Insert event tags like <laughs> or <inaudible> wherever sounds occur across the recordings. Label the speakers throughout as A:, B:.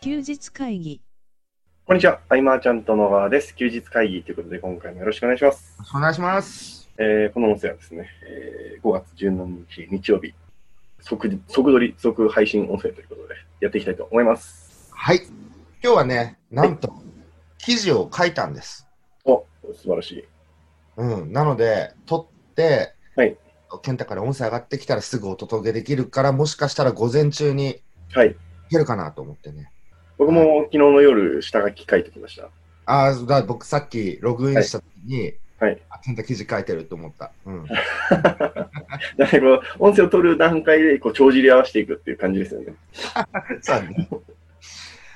A: 休日会議
B: こんにちは、アイマーちゃんと野川です。休日会議ということで、今回もよろしくお願いします。
C: お願いします。
B: えーこの音声はですね、えー5月17日日曜日、即日即撮り、即配信音声ということで、やっていきたいと思います。
C: はい。今日はね、なんと、記事を書いたんです。
B: お、素晴らしい。
C: うん。なので、撮って、
B: はい。
C: 健太から音声上がってきたらすぐお届けできるから、もしかしたら午前中にい
B: はい。
C: けるかなと思ってね。
B: 僕も昨日の夜、下書き書いてきました。 <laughs>
C: ああ、だから僕さっきログインした時に、
B: はいはい
C: あ健太記事書いてると思った。うん。
B: だからこう、音声を取る段階で、こう、帳尻合わせていくっていう感じですよね。
C: そうだね。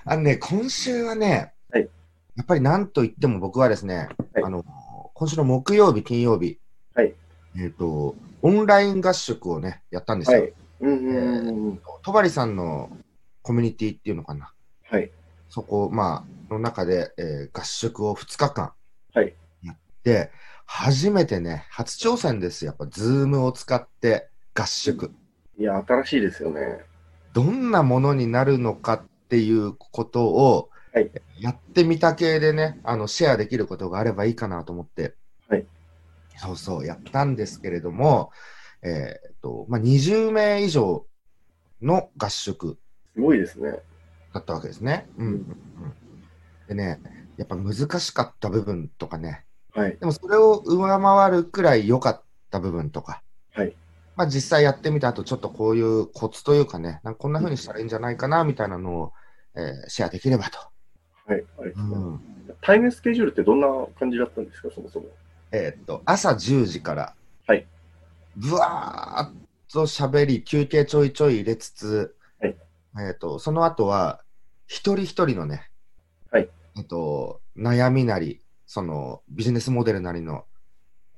C: あのね、今週はね、
B: はい
C: やっぱりなんといっても僕はですね、
B: はい
C: あの今週の木曜日、金曜日、
B: はい
C: えっとオンライン合宿をね、やったんです
B: は
C: よ。
B: い。うんうんうんうん。
C: 戸張さんのコミュニティっていうのかな、
B: はい。
C: そこ、まあ、の中で、えー合宿を2日間
B: はい
C: やって、初めてね、初挑戦です、やっぱ、ズームを使って合宿。
B: いや、新しいですよね。
C: どんなものになるのかっていうことを、
B: はい
C: やってみた系でね、あのシェアできることがあればいいかなと思って、
B: はい
C: そうそう、やったんですけれども、えーっとまあ、20名以上の合宿
B: すごいですね。
C: だったわけですね。うんうんうん、でね、やっぱ難しかった部分とかね、
B: はい。
C: でもそれを上回るくらい良かった部分とか、
B: はい
C: まあ、実際やってみた後ちょっとこういうコツというかね、なんかこんな風にしたらいいんじゃないかなみたいなのを、えーシェアできればと。
B: はい。あれですねタイムスケジュールってどんな感じだったんですか、そもそも。
C: えーっと朝10時から、
B: はい
C: ぶわーっと喋り、休憩ちょいちょい入れつつ、
B: はい
C: えーっとその後は一人一人のね、
B: はい
C: えーっと悩みなり、そのビジネスモデルなりの、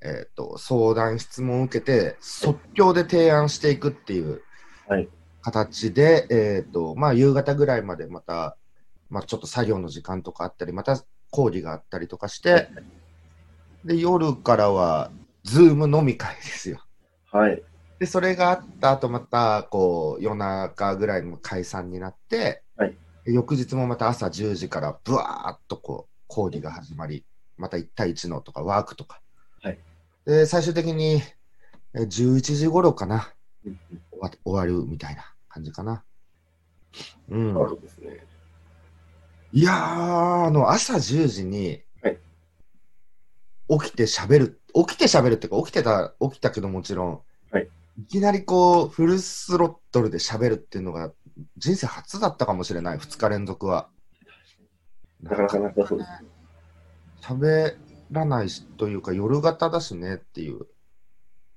C: えーっと相談、質問を受けて、即興で提案していくっていう
B: はい
C: 形で、えーっとまあ、夕方ぐらいまでまた、まあ、ちょっと作業の時間とかあったり、また講義があったりとかして、で夜からはズーム飲み会ですよ。
B: はい。
C: でそれがあった後またこう夜中ぐらいの解散になって、
B: はい
C: で翌日もまた朝10時からぶわーっとこう講義が始まりまた1対1のとかワークとか、
B: はい
C: で最終的にえ11時頃かな
B: うんうん
C: 終わ終わるみたいな感じかな。うん、
B: そうですね。
C: いやー、あの、朝10時に、
B: はい
C: 起きて喋る、起きて喋るっていうか、起きてた、起きたけどもちろん、
B: はい
C: きなりこう、フルスロットルで喋るっていうのが、人生初だったかもしれない、2日連続は。
B: なかなかなかそうです。
C: 喋らないしというか、夜型だしねっていう。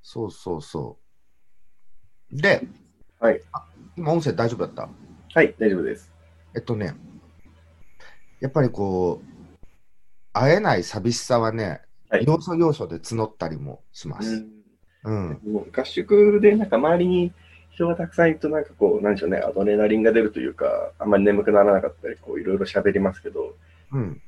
C: そうそうそう。で、
B: はい
C: あ今音声大丈夫だった
B: はい、大丈夫です。
C: えっとね、やっぱりこう、会えない寂しさはね、
B: はい
C: 要所要所で募ったりもします。うん、
B: もう合宿でなんか周りに人がたくさんいるとなんかこうなんでしょうねアドレナリンが出るというかあんまり眠くならなかったりこういろいろ喋りますけど
C: うん、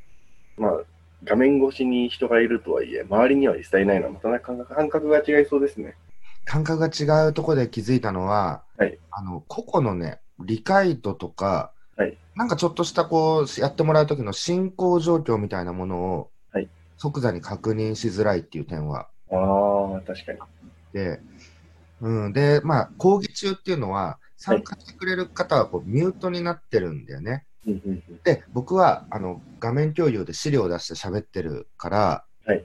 B: まあ画面越しに人がいるとはいえ周りには一切いないのはまたなんか感覚感覚が違いそうですね
C: 感覚が違うところで気づいたのは、
B: はい
C: あの個々のね、理解度とか、
B: はい
C: なんかちょっとしたこうやってもらう時の進行状況みたいなものを、
B: はい
C: 即座に確認しづらいっていう点は
B: ああ確かに
C: で、うん、で、まあ、講義中っていうのは、参加してくれる方はこうミュートになってるんだよね。
B: うんうんうん
C: で、僕はあの画面共有で資料を出して喋ってるから、
B: はい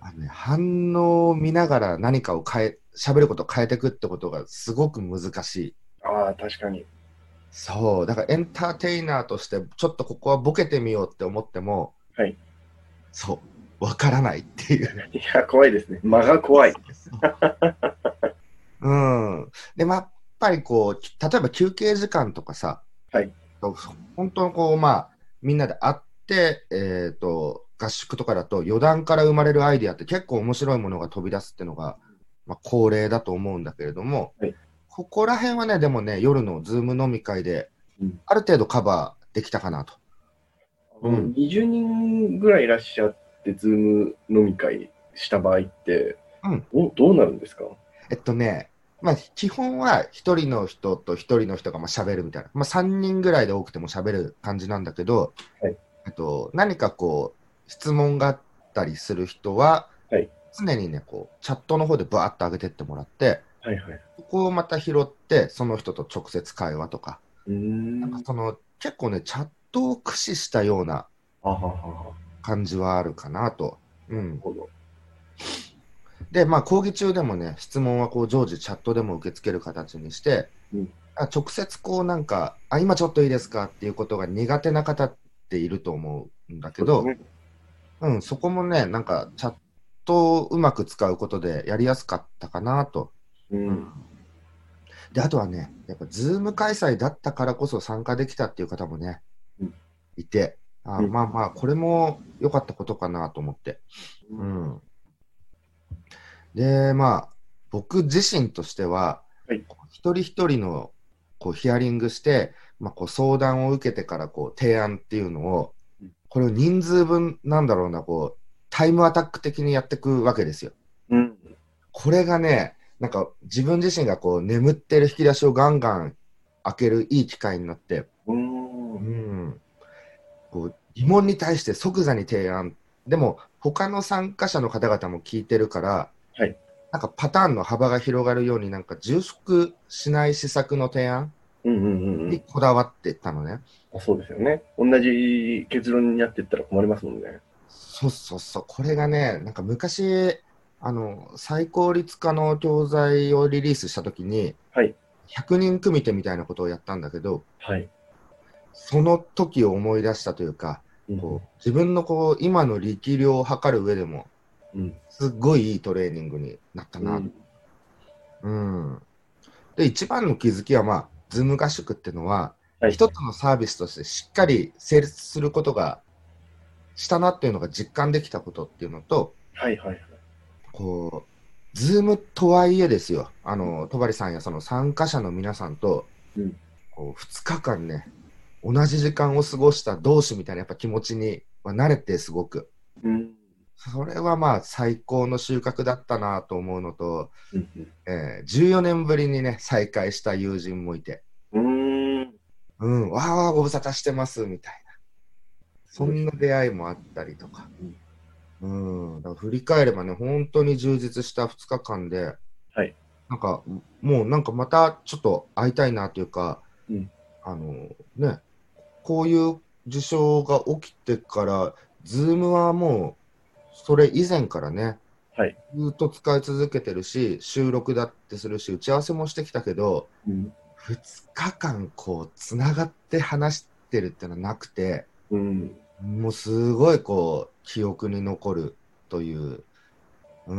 C: あのね、反応を見ながら何かを変え、喋ることを変えていくってことがすごく難しい。
B: ああ確かに
C: そう、だからエンターテイナーとして、ちょっとここはボケてみようって思っても、
B: はい
C: そう、わからないっていう。
B: いや怖いですね間が怖い
C: <laughs> うん。で、まあ、やっぱりこう、例えば休憩時間とかさ、
B: はい
C: と本当にこう、まあ、みんなで会って、えっ、と、合宿とかだと余談から生まれるアイディアって結構面白いものが飛び出すっていうのが、まあ、恒例だと思うんだけれども、
B: はい
C: ここら辺はね、でもね、夜のズーム飲み会で
B: うん、
C: ある程度カバーできたかなと。うん
B: 20人ぐらいいらっしゃってズーム飲み会した場合って、
C: うん
B: どうどうなるんですか
C: えっとね、まあ、基本は一人の人と一人の人がまあ喋るみたいな、まあ、3人ぐらいで多くても喋る感じなんだけど、
B: はい
C: えっと、何かこう、質問があったりする人は、
B: はい
C: 常にね、こう、チャットの方でバーッと上げてってもらって、
B: はいはい。
C: そこをまた拾って、その人と直接会話とか、
B: うー
C: なん
B: ん
C: か。その、結構ね、チャットを駆使したような
B: あははは。
C: 感じはあるかなと。うん
B: なる、ほど。
C: で、まあ、講義中でもね、質問はこう常時チャットでも受け付ける形にして、
B: うん
C: あ直接こうなんか、あ、今ちょっといいですかっていうことが苦手な方っていると思うんだけ
B: そ
C: ど、
B: うですね
C: うん、そこもね、なんかチャットをうまく使うことでやりやすかったかなと。
B: うん。
C: で、あとはね、やっぱ、ズーム開催だったからこそ参加できたっていう方もね、
B: うん
C: いて、あ
B: うん
C: まあまあ、これも良かったことかなと思って。う、
B: うん
C: で、まあ、僕自身としては、
B: はい
C: 一人一人のこうヒアリングして、まあ、こう相談を受けてからこう提案っていうのを
B: うん、
C: これを人数分、なんだろうな、こう、タイムアタック的にやっていくわけですよ。
B: うん。
C: これがね、なんか自分自身がこう眠ってる引き出しをガンガン開けるいい機会になって、
B: うん。
C: う
B: うん。
C: ん、こう疑問に対して即座に提案。でも他の参加者の方々も聞いてるから、
B: はい
C: なんかパターンの幅が広がるようになんか重複しない施策の提案
B: うん。う
C: に
B: ん。
C: こだわってったのね。
B: あそうですよね。同じ結論になってったら困りますもんね。
C: そうそうそう、これがね、なんか昔、あの最高立化の教材をリリースしたときに、
B: はい
C: 100人組手みたいなことをやったんだけど、
B: はい。
C: その時を思い出したというか、
B: うん
C: こう自分のこう今の力量を測る上でも、
B: うん。
C: すっごいいいトレーニングになったな。うんで、一番の気づきは、まあ、ズーム合宿ってのは、
B: はい
C: 一つのサービスとしてしっかり成立することがしたなっていうのが実感できたことっていうのと、
B: はいはいはい。
C: こう、ズームとはいえですよ、あの、戸張さんやその参加者の皆さんと、
B: うん
C: こう2日間ね、同じ時間を過ごした同士みたいなやっぱ気持ちには慣れてすごく、
B: うん。
C: それはまあ最高の収穫だったなと思うのと、
B: うん
C: えー14年ぶりにね、再会した友人もいて、
B: うん。うん。
C: うん、わーわーご無沙汰してますみたいな、そんな出会いもあったりとか、うん、だから振り返ればね、本当に充実した2日間で、
B: はい
C: なんかもうなんかまたちょっと会いたいなというか、
B: うん
C: あのね、こういう事象が起きてから、ズームはもうそれ以前からね、
B: はい
C: ずっと使い続けてるし、収録だってするし、打ち合わせもしてきたけど、
B: うん。
C: 2日間こう、つながって話してるってのはなくて、
B: うん。
C: もうすごいこう記憶に残るという。うー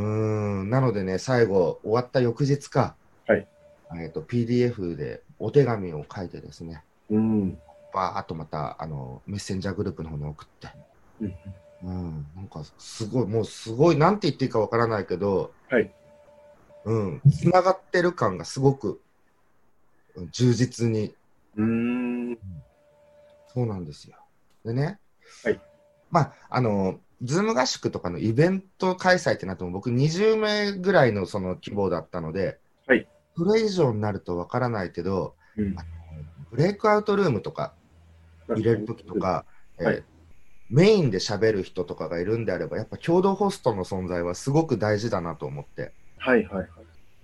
C: んなのでね、最後、終わった翌日か、
B: はい
C: えっと PDF でお手紙を書いてですね、
B: うん。
C: バーっとまたあのメッセンジャーグループの方に送って、
B: うん
C: うん、なんかすごい、もうすごい、なんて言っていいかわからないけど、
B: はい
C: うん、つながってる感がすごくうん充実に
B: うん。
C: そうなんですよ。でね、
B: はい
C: まあ、あの、ズーム合宿とかのイベント開催ってなっても、僕20名ぐらいのその規模だったので、
B: はい
C: それ以上になるとわからないけど、
B: うん
C: ブレイクアウトルームとか入れるときと。か、えー
B: はい
C: メインで喋る人とかがいるんであれば、やっぱ共同ホストの存在はすごく大事だなと思って、
B: はいはいはい。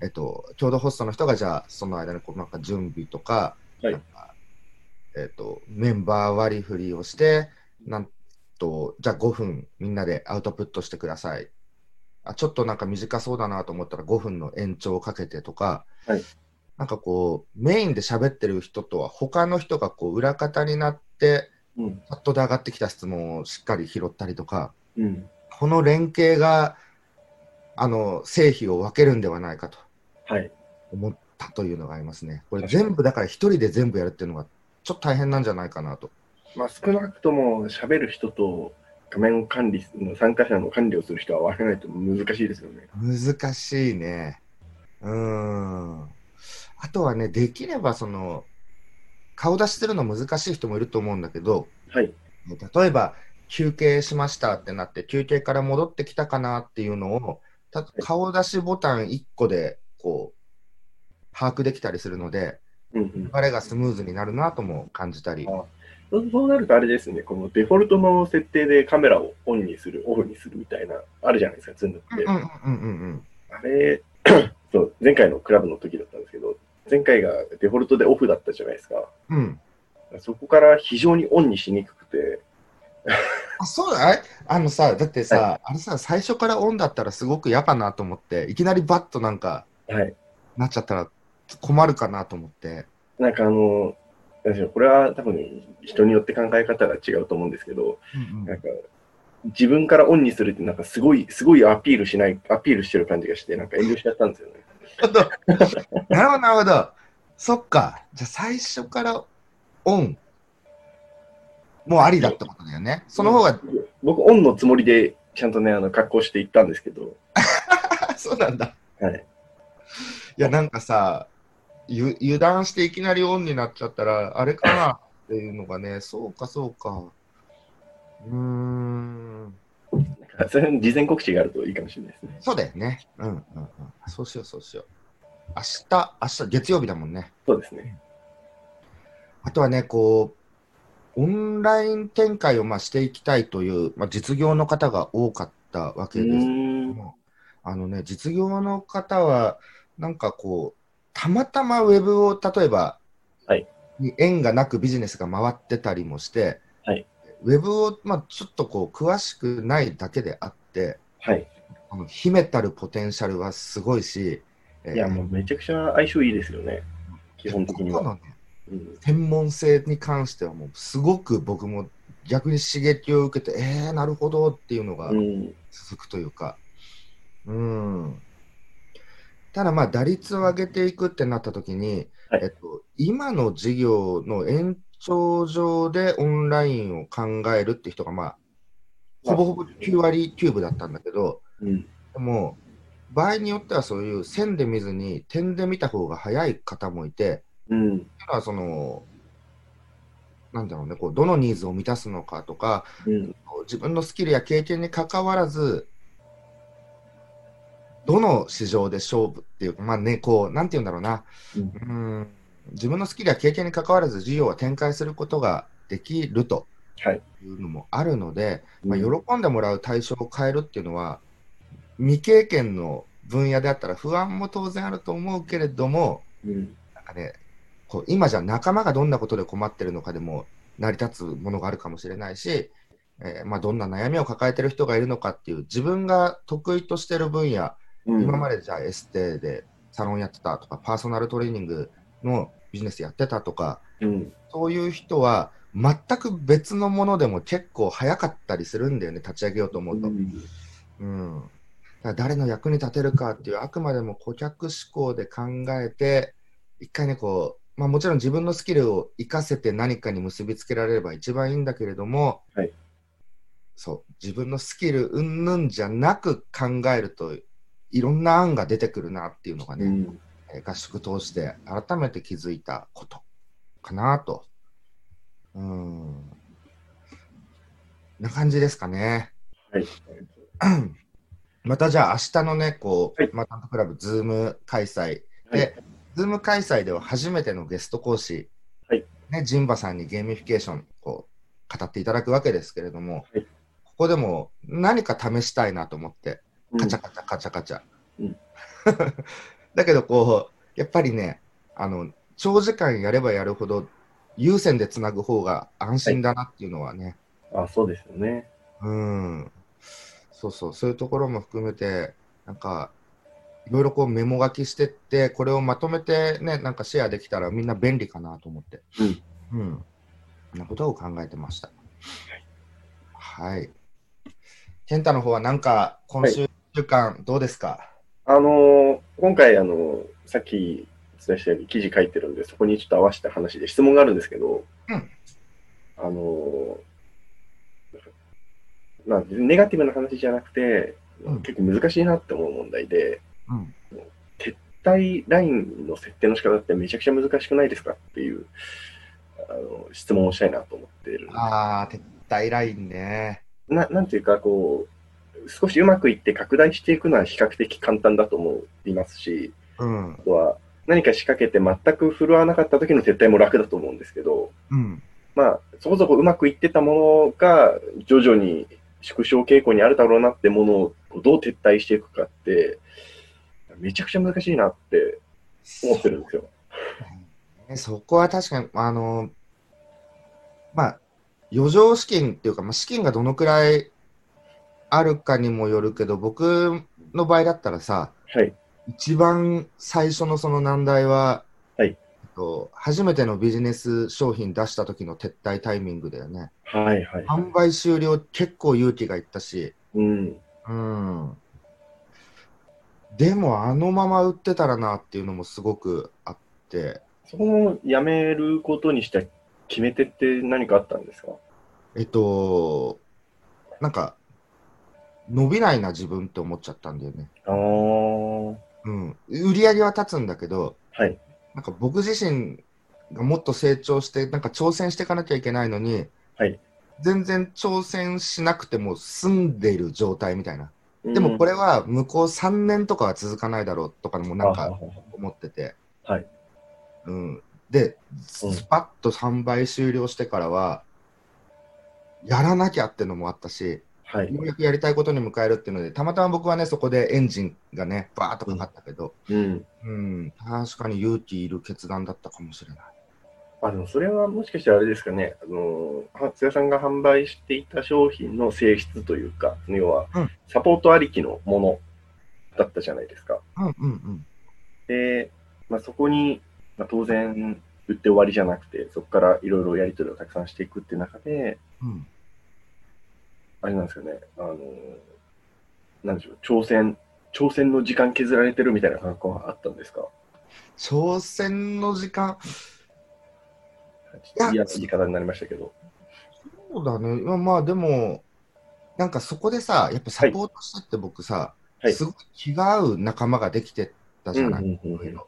C: えっと、共同ホストの人がじゃあその間にこうなんか準備とか,、
B: はい
C: なんかえっと、メンバー割り振りをしてなんとじゃあ5分みんなでアウトプットしてくださいあちょっとなんか短そうだなと思ったら5分の延長をかけてとか、
B: はい
C: なんかこうメインで喋ってる人とは他の人がこう裏方になって
B: うん。
C: パッとで上がってきた質問をしっかり拾ったりとか
B: うん。
C: この連携があの成否を分けるんではないかと。
B: はい。
C: 思ったというのがありますね。これ
B: 確かに
C: 全部だから一人で全部やるっていうのがちょっと大変なんじゃないかなと。
B: まあ少なくとも喋る人と画面を管理する、参加者の管理をする人は分けないと難しいですよね。
C: 難しいね。うーん。あとはね、できればその顔出しするの難しい人もいると思うんだけど、
B: はい。
C: 例えば休憩しましたってなって休憩から戻ってきたかなっていうのをた顔出しボタン1個でこう把握できたりするので、
B: うんうん
C: 流れがスムーズになるなとも感じたり
B: あ、そうそうなるとあれですね、このデフォルトの設定でカメラをオンにする、オフにするみたいな、あるじゃないですか、ズームって。
C: うんうんうんうん
B: あれ <coughs> そう、前回のクラブの時だったんですけど、前回がデフォルトでオフだったじゃないですか。
C: うん、うん
B: そこから非常にオンにしにくくて、
C: あそうだねあのさだってさ、
B: は
C: あれさ最初からオンだったらすごく嫌かなと思っていきなりバッとなんか
B: はい。
C: なっちゃったら困るかなと思って
B: なんかあの、なんでしょうこれは多分人によって考え方が違うと思うんですけど、
C: うんう
B: なん
C: ん
B: か自分からオンにするってなんかすごい、すごいアピールしない、アピールしてる感じがして、なんか遠慮しちゃったんですよね。
C: <laughs> なるほどなるほどそっかじゃあ最初からオンもうありだってことだよねその方が、
B: 僕、オンのつもりで、ちゃんとね、あの格好して行ったんですけど、
C: <laughs> そうなんだ
B: はい。
C: いやなんかさゆ油断していきなりオンになっちゃったらあれかなっていうのがねそうかそうかうーん
B: なんかそれの事前告知があるといいかもしれないですね。
C: そうだよね。うんうんうん。そうしよう、そうしよう。明日、明日、月曜日だもんね。
B: そうですね。
C: あとはね、こう、オンライン展開をまあしていきたいという、まあ、実業の方が多かったわ
B: う
C: けですけど
B: ーん。
C: も、あのね、実業の方は、なんかこう、たまたまウェブを例えば、
B: はい
C: に縁がなくビジネスが回ってたりもして、
B: はい
C: ウェブを、まあ、ちょっとこう詳しくないだけであって、
B: はい。
C: あの秘めたるポテンシャルはすごいし、えー
B: いや、もうめちゃくちゃ相性いいですよね。基本的に
C: ここ
B: は。
C: のね
B: うん、
C: 専門性に関してはもうすごく僕も逆に刺激を受けてえー、なるほどっていうのが
B: うん。
C: 続くというかうんただまあ打率を上げていくってなった時に、
B: はい
C: えっと、今の事業の延長上でオンラインを考えるって人がまあほぼほぼ9割9分だったんだけど、
B: うん。
C: でも、場合によってはそういう線で見ずに点で見た方が早い方もいて、
B: うん。
C: っていうのはその、なんだろうね、こうどのニーズを満たすのかとか、
B: うん。
C: 自分のスキルや経験に関わらず、どの市場で勝負っていうか、まあね、こう、なんて言うんだろうな、
B: うん
C: うん自分のスキルや経験に関わらず事業を展開することができると
B: はい
C: いうのもあるので、まあ、
B: うん
C: 喜んでもらう対象を変えるっていうのは未経験の分野であったら不安も当然あると思うけれども
B: うん。
C: なんか、ね、こう今じゃ仲間がどんなことで困ってるのかでも成り立つものがあるかもしれないし、えーまあ、どんな悩みを抱えてる人がいるのかっていう自分が得意としてる分野
B: うん
C: 今までじゃあエステでサロンやってたとかパーソナルトレーニングのビジネスやってたとか
B: うん。
C: そういう人は全く別のものでも結構早かったりするんだよね、立ち上げようと思うと。
B: う
C: うん
B: ん
C: だから誰の役に立てるかっていう、あくまでも顧客志向で考えて、一回ね、こう、まあ、もちろん自分のスキルを活かせて何かに結びつけられれば一番いいんだけれども、
B: はい
C: そう自分のスキルうんぬんじゃなく考えると、いろんな案が出てくるなっていうのがね、
B: うん。
C: えー合宿通して改めて気づいたことかなと。うーん。な感じですかね。
B: はい。
C: <clears throat> またじゃあ明日のね、こう、
B: はい
C: マタントクラブ、ズーム開催。
B: はい
C: で、ズーム開催では初めてのゲスト講師、
B: はい
C: ね、ジンバさんにゲーミフィケーションを語っていただくわけですけれども、
B: はい
C: ここでも何か試したいなと思って、
B: うん
C: カチャカチャカチャカチャ。
B: うん
C: <laughs> だけどこう、やっぱりね、あの、長時間やればやるほど、優先でつなぐ方が安心だなっていうのはね、
B: あ、そうですよね。
C: うん。そうそう、そういうところも含めて、なんか、いろいろこうメモ書きしてって、これをまとめてね、なんかシェアできたらみんな便利かなと思って。うん。うん。そんなことを考えてました。はい。健太の方はなんか、今週、週間どうですか
B: あのー今回、あのーさっきお伝えしたように記事書いてるんで、そこにちょっと合わせた話で質問があるんですけど、
C: うん
B: あのーまあ、別にネガティブな話じゃなくて、
C: うん
B: 結構難しいなって思う問題で、
C: うん
B: 撤退ラインの設定の仕方ってめちゃくちゃ難しくないですかっていう、あの質問をしたいなと思っているんで
C: ああ、撤退ラインね。
B: ななんていうかこう少しうまくいって拡大していくのは比較的簡単だと思いますし
C: うん。
B: あとは何か仕掛けて全く振るわなかった時の撤退も楽だと思うんですけど、
C: うん。
B: まあ、そこそこうまくいってたものが、徐々に縮小傾向にあるだろうなってものをどう撤退していくかって、めちゃくちゃ難しいなって思ってるんですよ。
C: ねそこは確かに、あの、まあ、余剰資金っていうか、まあ、資金がどのくらいあるかにもよるけど、僕の場合だったらさ、
B: はい。
C: 一番最初のその難題は、
B: はい
C: えっと初めてのビジネス商品出した時の撤退タイミングだよね。
B: はいはい。
C: 販売終了結構勇気がいったし、
B: うん。
C: うん。でもあのまま売ってたらなっていうのもすごくあって、
B: そこのやめることにした決め手って何かあったんですか
C: えっと、なんか、伸びないな、自分って思っちゃったんだよね。
B: ああ。
C: うん。売り上げは立つんだけど、
B: はい。
C: なんか僕自身がもっと成長して、なんか挑戦していかなきゃいけないのに、
B: はい
C: 全然挑戦しなくても済んでいる状態みたいな。
B: で
C: でもこれは向こう3年とかは続かないだろうとかもなんか、思ってて。
B: はい。
C: うん。で、
B: うん
C: スパッと販売終了してからは、やらなきゃってのもあったし、
B: はい
C: よ。うやくやりたいことに向かえるっていうので、たまたま僕はね、そこでエンジンがね、バーっとかかったけど、
B: うん。
C: うん、確かに勇気いる決断だったかもしれない。
B: あ、でもそれはもしかしたらあれですかね、あの、初屋さんが販売していた商品の性質というか、要は
C: うん、
B: サポートありきのものだったじゃないですか。
C: うんうんうん。
B: で、まあ、そこに、まあ、当然、売って終わりじゃなくて、そこからいろいろやり取りをたくさんしていくっていう中で、
C: うん、
B: あれなんですよね、あの、なんでしょう、挑戦、挑戦の時間削られてるみたいな感覚はあったんですか
C: 挑戦の時間、
B: ちょっと嫌な言い方になりましたけど。
C: そうだね、まあまあでも、なんかそこでさ、やっぱサポートしたって僕
B: は
C: さ、
B: い
C: すごく気が合う仲間ができてたじゃない。
B: うんうんうんうんは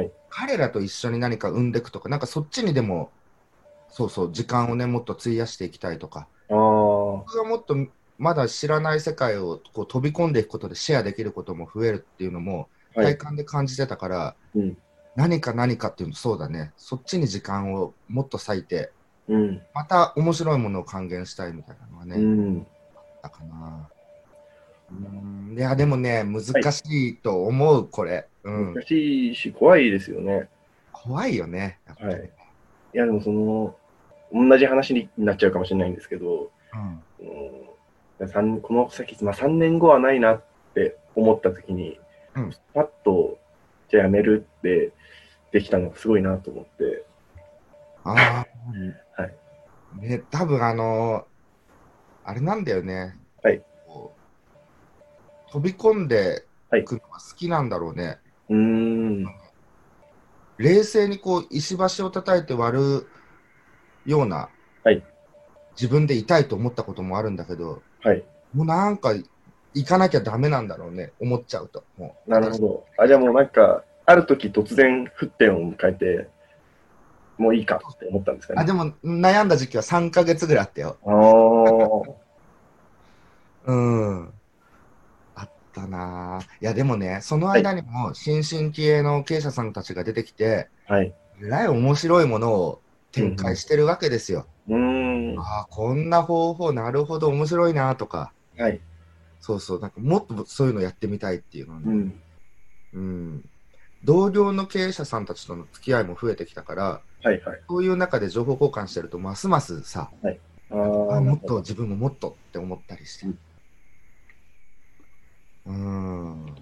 B: い。
C: 彼らと一緒に何か生んでいくとか、なんかそっちにでも、そうそう、時間をね、もっと費やしていきたいとか、
B: ああ。
C: 僕がもっとまだ知らない世界をこう飛び込んでいくことでシェアできることも増えるっていうのも
B: は
C: 体
B: い。
C: 感で感じてたから、
B: うん。
C: 何か何かっていうのそうだねそっちに時間をもっと割いて
B: うん。
C: また面白いものを還元したいみたいなのはね、
B: うん。
C: だかなうんいやでもね難しいと思う、これ、うん、
B: 難しいし、怖いですよね。
C: 怖いよねやっぱり、
B: はいいや、でもその、同じ話になっちゃうかもしれないんですけど、
C: うん
B: うん、三この先、まあ、3年後はないなって思った時に、
C: うん
B: パッと、じゃあやめるってできたのがすごいなと思って、
C: ああ、
B: はい
C: ね、多分あのーあれなんだよね。
B: はい
C: こう。飛び込んで
B: はい
C: いくのが好きなんだろうね。
B: うーん、
C: 冷静にこう、石橋を叩いて割るような、
B: はい
C: 自分で痛いと思ったこともあるんだけど、
B: はい、
C: もうなんか、行かなきゃダメなんだろうね。思っちゃうと。もう
B: なるほど。あ、じゃあもうなんか、ある時突然、沸点を迎えて、もういいかって思ったんですか
C: あ、
B: ね。
C: でも、悩んだ時期は3ヶ月ぐらいあったよ。
B: あー
C: うん。あったなぁ。いや、でもね、その間にも、新進気鋭の経営者さんたちが出てきて、
B: はい。
C: えらい面白いものを展開してるわけですよ。
B: うーん、は
C: ああ、こんな方法、なるほど、面白いなぁとか、
B: い。
C: そうそう、なんかもっとそういうのやってみたいっていうの
B: う
C: ね。
B: ん、
C: うん。同僚の経営者さんたちとの付き合いも増えてきたから、
B: はい、はい。
C: そういう中で情報交換してると、ますますさ、
B: あ
C: あ
B: ー
C: もっと自分ももっとって思ったりして。うん。だか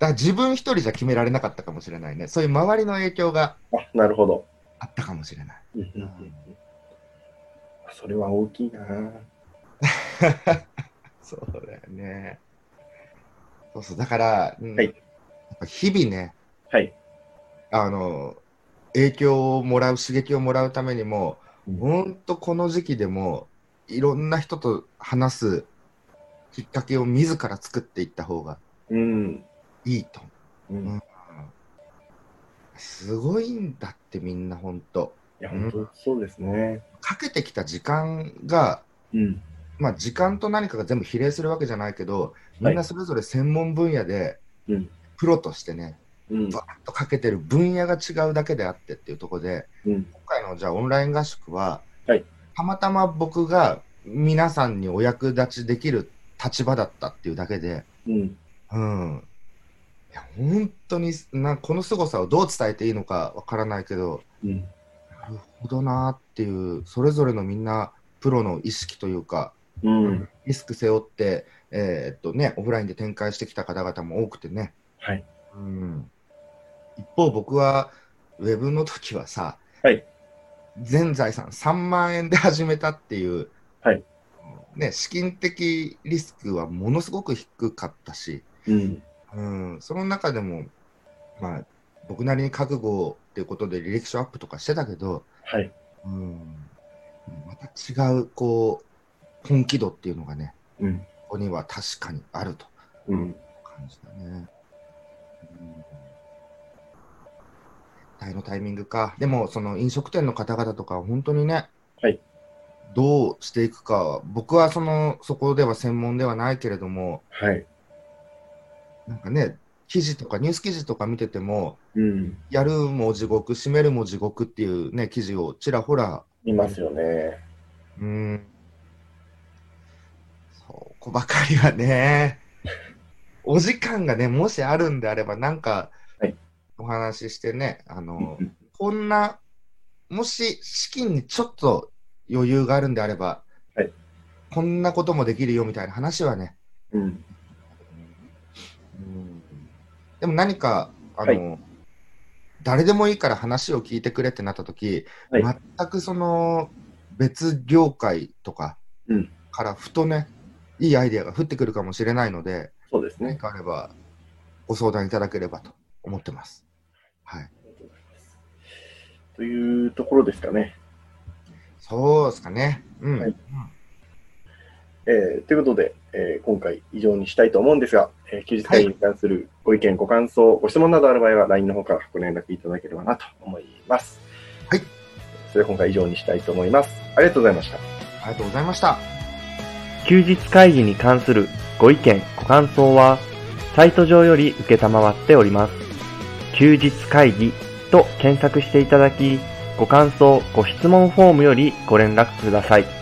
C: ら自分一人じゃ決められなかったかもしれないね。そういう周りの影響が
B: あ、なるほど。
C: あったかもしれない。
B: うんうんうん
C: う
B: うんんそれは大きいな。
C: そうだよね。そうそう。だから、うん
B: はい
C: やっぱ日々ね、
B: はい。
C: あの、影響をもらう、刺激をもらうためにも、ほんとこの時期でも、いろんな人と話すきっかけを自ら作っていった方が
B: うん。
C: いいと思う
B: うん
C: うんすごいんだってみんな本当
B: いや、本当そうですね。
C: かけてきた時間が、
B: うん。
C: まあ、時間と何かが全部比例するわけじゃないけど
B: は
C: み
B: い
C: んなそれぞれ専門分野で
B: うん
C: プロとしてね、
B: うん
C: バーッとかけてる分野が違うだけであってっていうところで、
B: うん
C: 今回のじゃあオンライン合宿は、
B: はい
C: たまたま僕が皆さんにお役立ちできる立場だったっていうだけで、
B: うん
C: うん。いや本当にな、この凄さをどう伝えていいのかわからないけど、
B: うん
C: なるほどなーっていう、それぞれのみんなプロの意識というか、
B: うん
C: リスク背負って、えーっとね、オフラインで展開してきた方々も多くてね。
B: はい
C: うん、一方、僕はウェブの時はさ、
B: はい
C: 全財産3万円で始めたっていう、
B: はい
C: ね、資金的リスクはものすごく低かったし、
B: うん
C: うん、その中でも、まあ、僕なりに覚悟っていうことで履歴書アップとかしてたけど、
B: はい
C: うん、また違うこう本気度っていうのがね、
B: うん
C: ここには確かにあると
B: うん
C: 感じだね。うん大のタイミングか。でも、その飲食店の方々とか、本当にね、
B: はい
C: どうしていくか、僕はそのそこでは専門ではないけれども、
B: はい
C: なんかね、記事とか、ニュース記事とか見てても、
B: うん
C: やるも地獄、閉めるも地獄っていうね、記事をちらほら
B: いますよね
C: うん。そこばかりはね、お時間がね、もしあるんであれば、なんか
B: はい、
C: お話ししてね、あの
B: う、ん
C: こんな、もし資金にちょっと余裕があるんであれば、
B: はい
C: こんなこともできるよみたいな話はね、
B: うん
C: うんでも何か、あの、
B: は
C: 誰でもいいから話を聞いてくれってなった時、
B: はい
C: 全くその別業界とか
B: うん
C: からふとね、いいアイデアが降ってくるかもしれないので、
B: そうです
C: 何
B: ね
C: かあればご相談いただければと思ってます。はい。
B: というところですかね
C: そうですかね。うん。
B: はいえーということで、えー今回以上にしたいと思うんですが、えー休日会議に関するご意見、ご感想、ご質問などある場合は LINE の方からご連絡いただければなと思います。
C: はい。
B: それでは今回以上にしたいと思います。ありがとうございました。
C: ありがとうございました。
A: 休日会議に関するご意見、ご感想は、サイト上より受けたまわっております。休日会議と検索していただき、ご感想、ご質問フォームよりご連絡ください。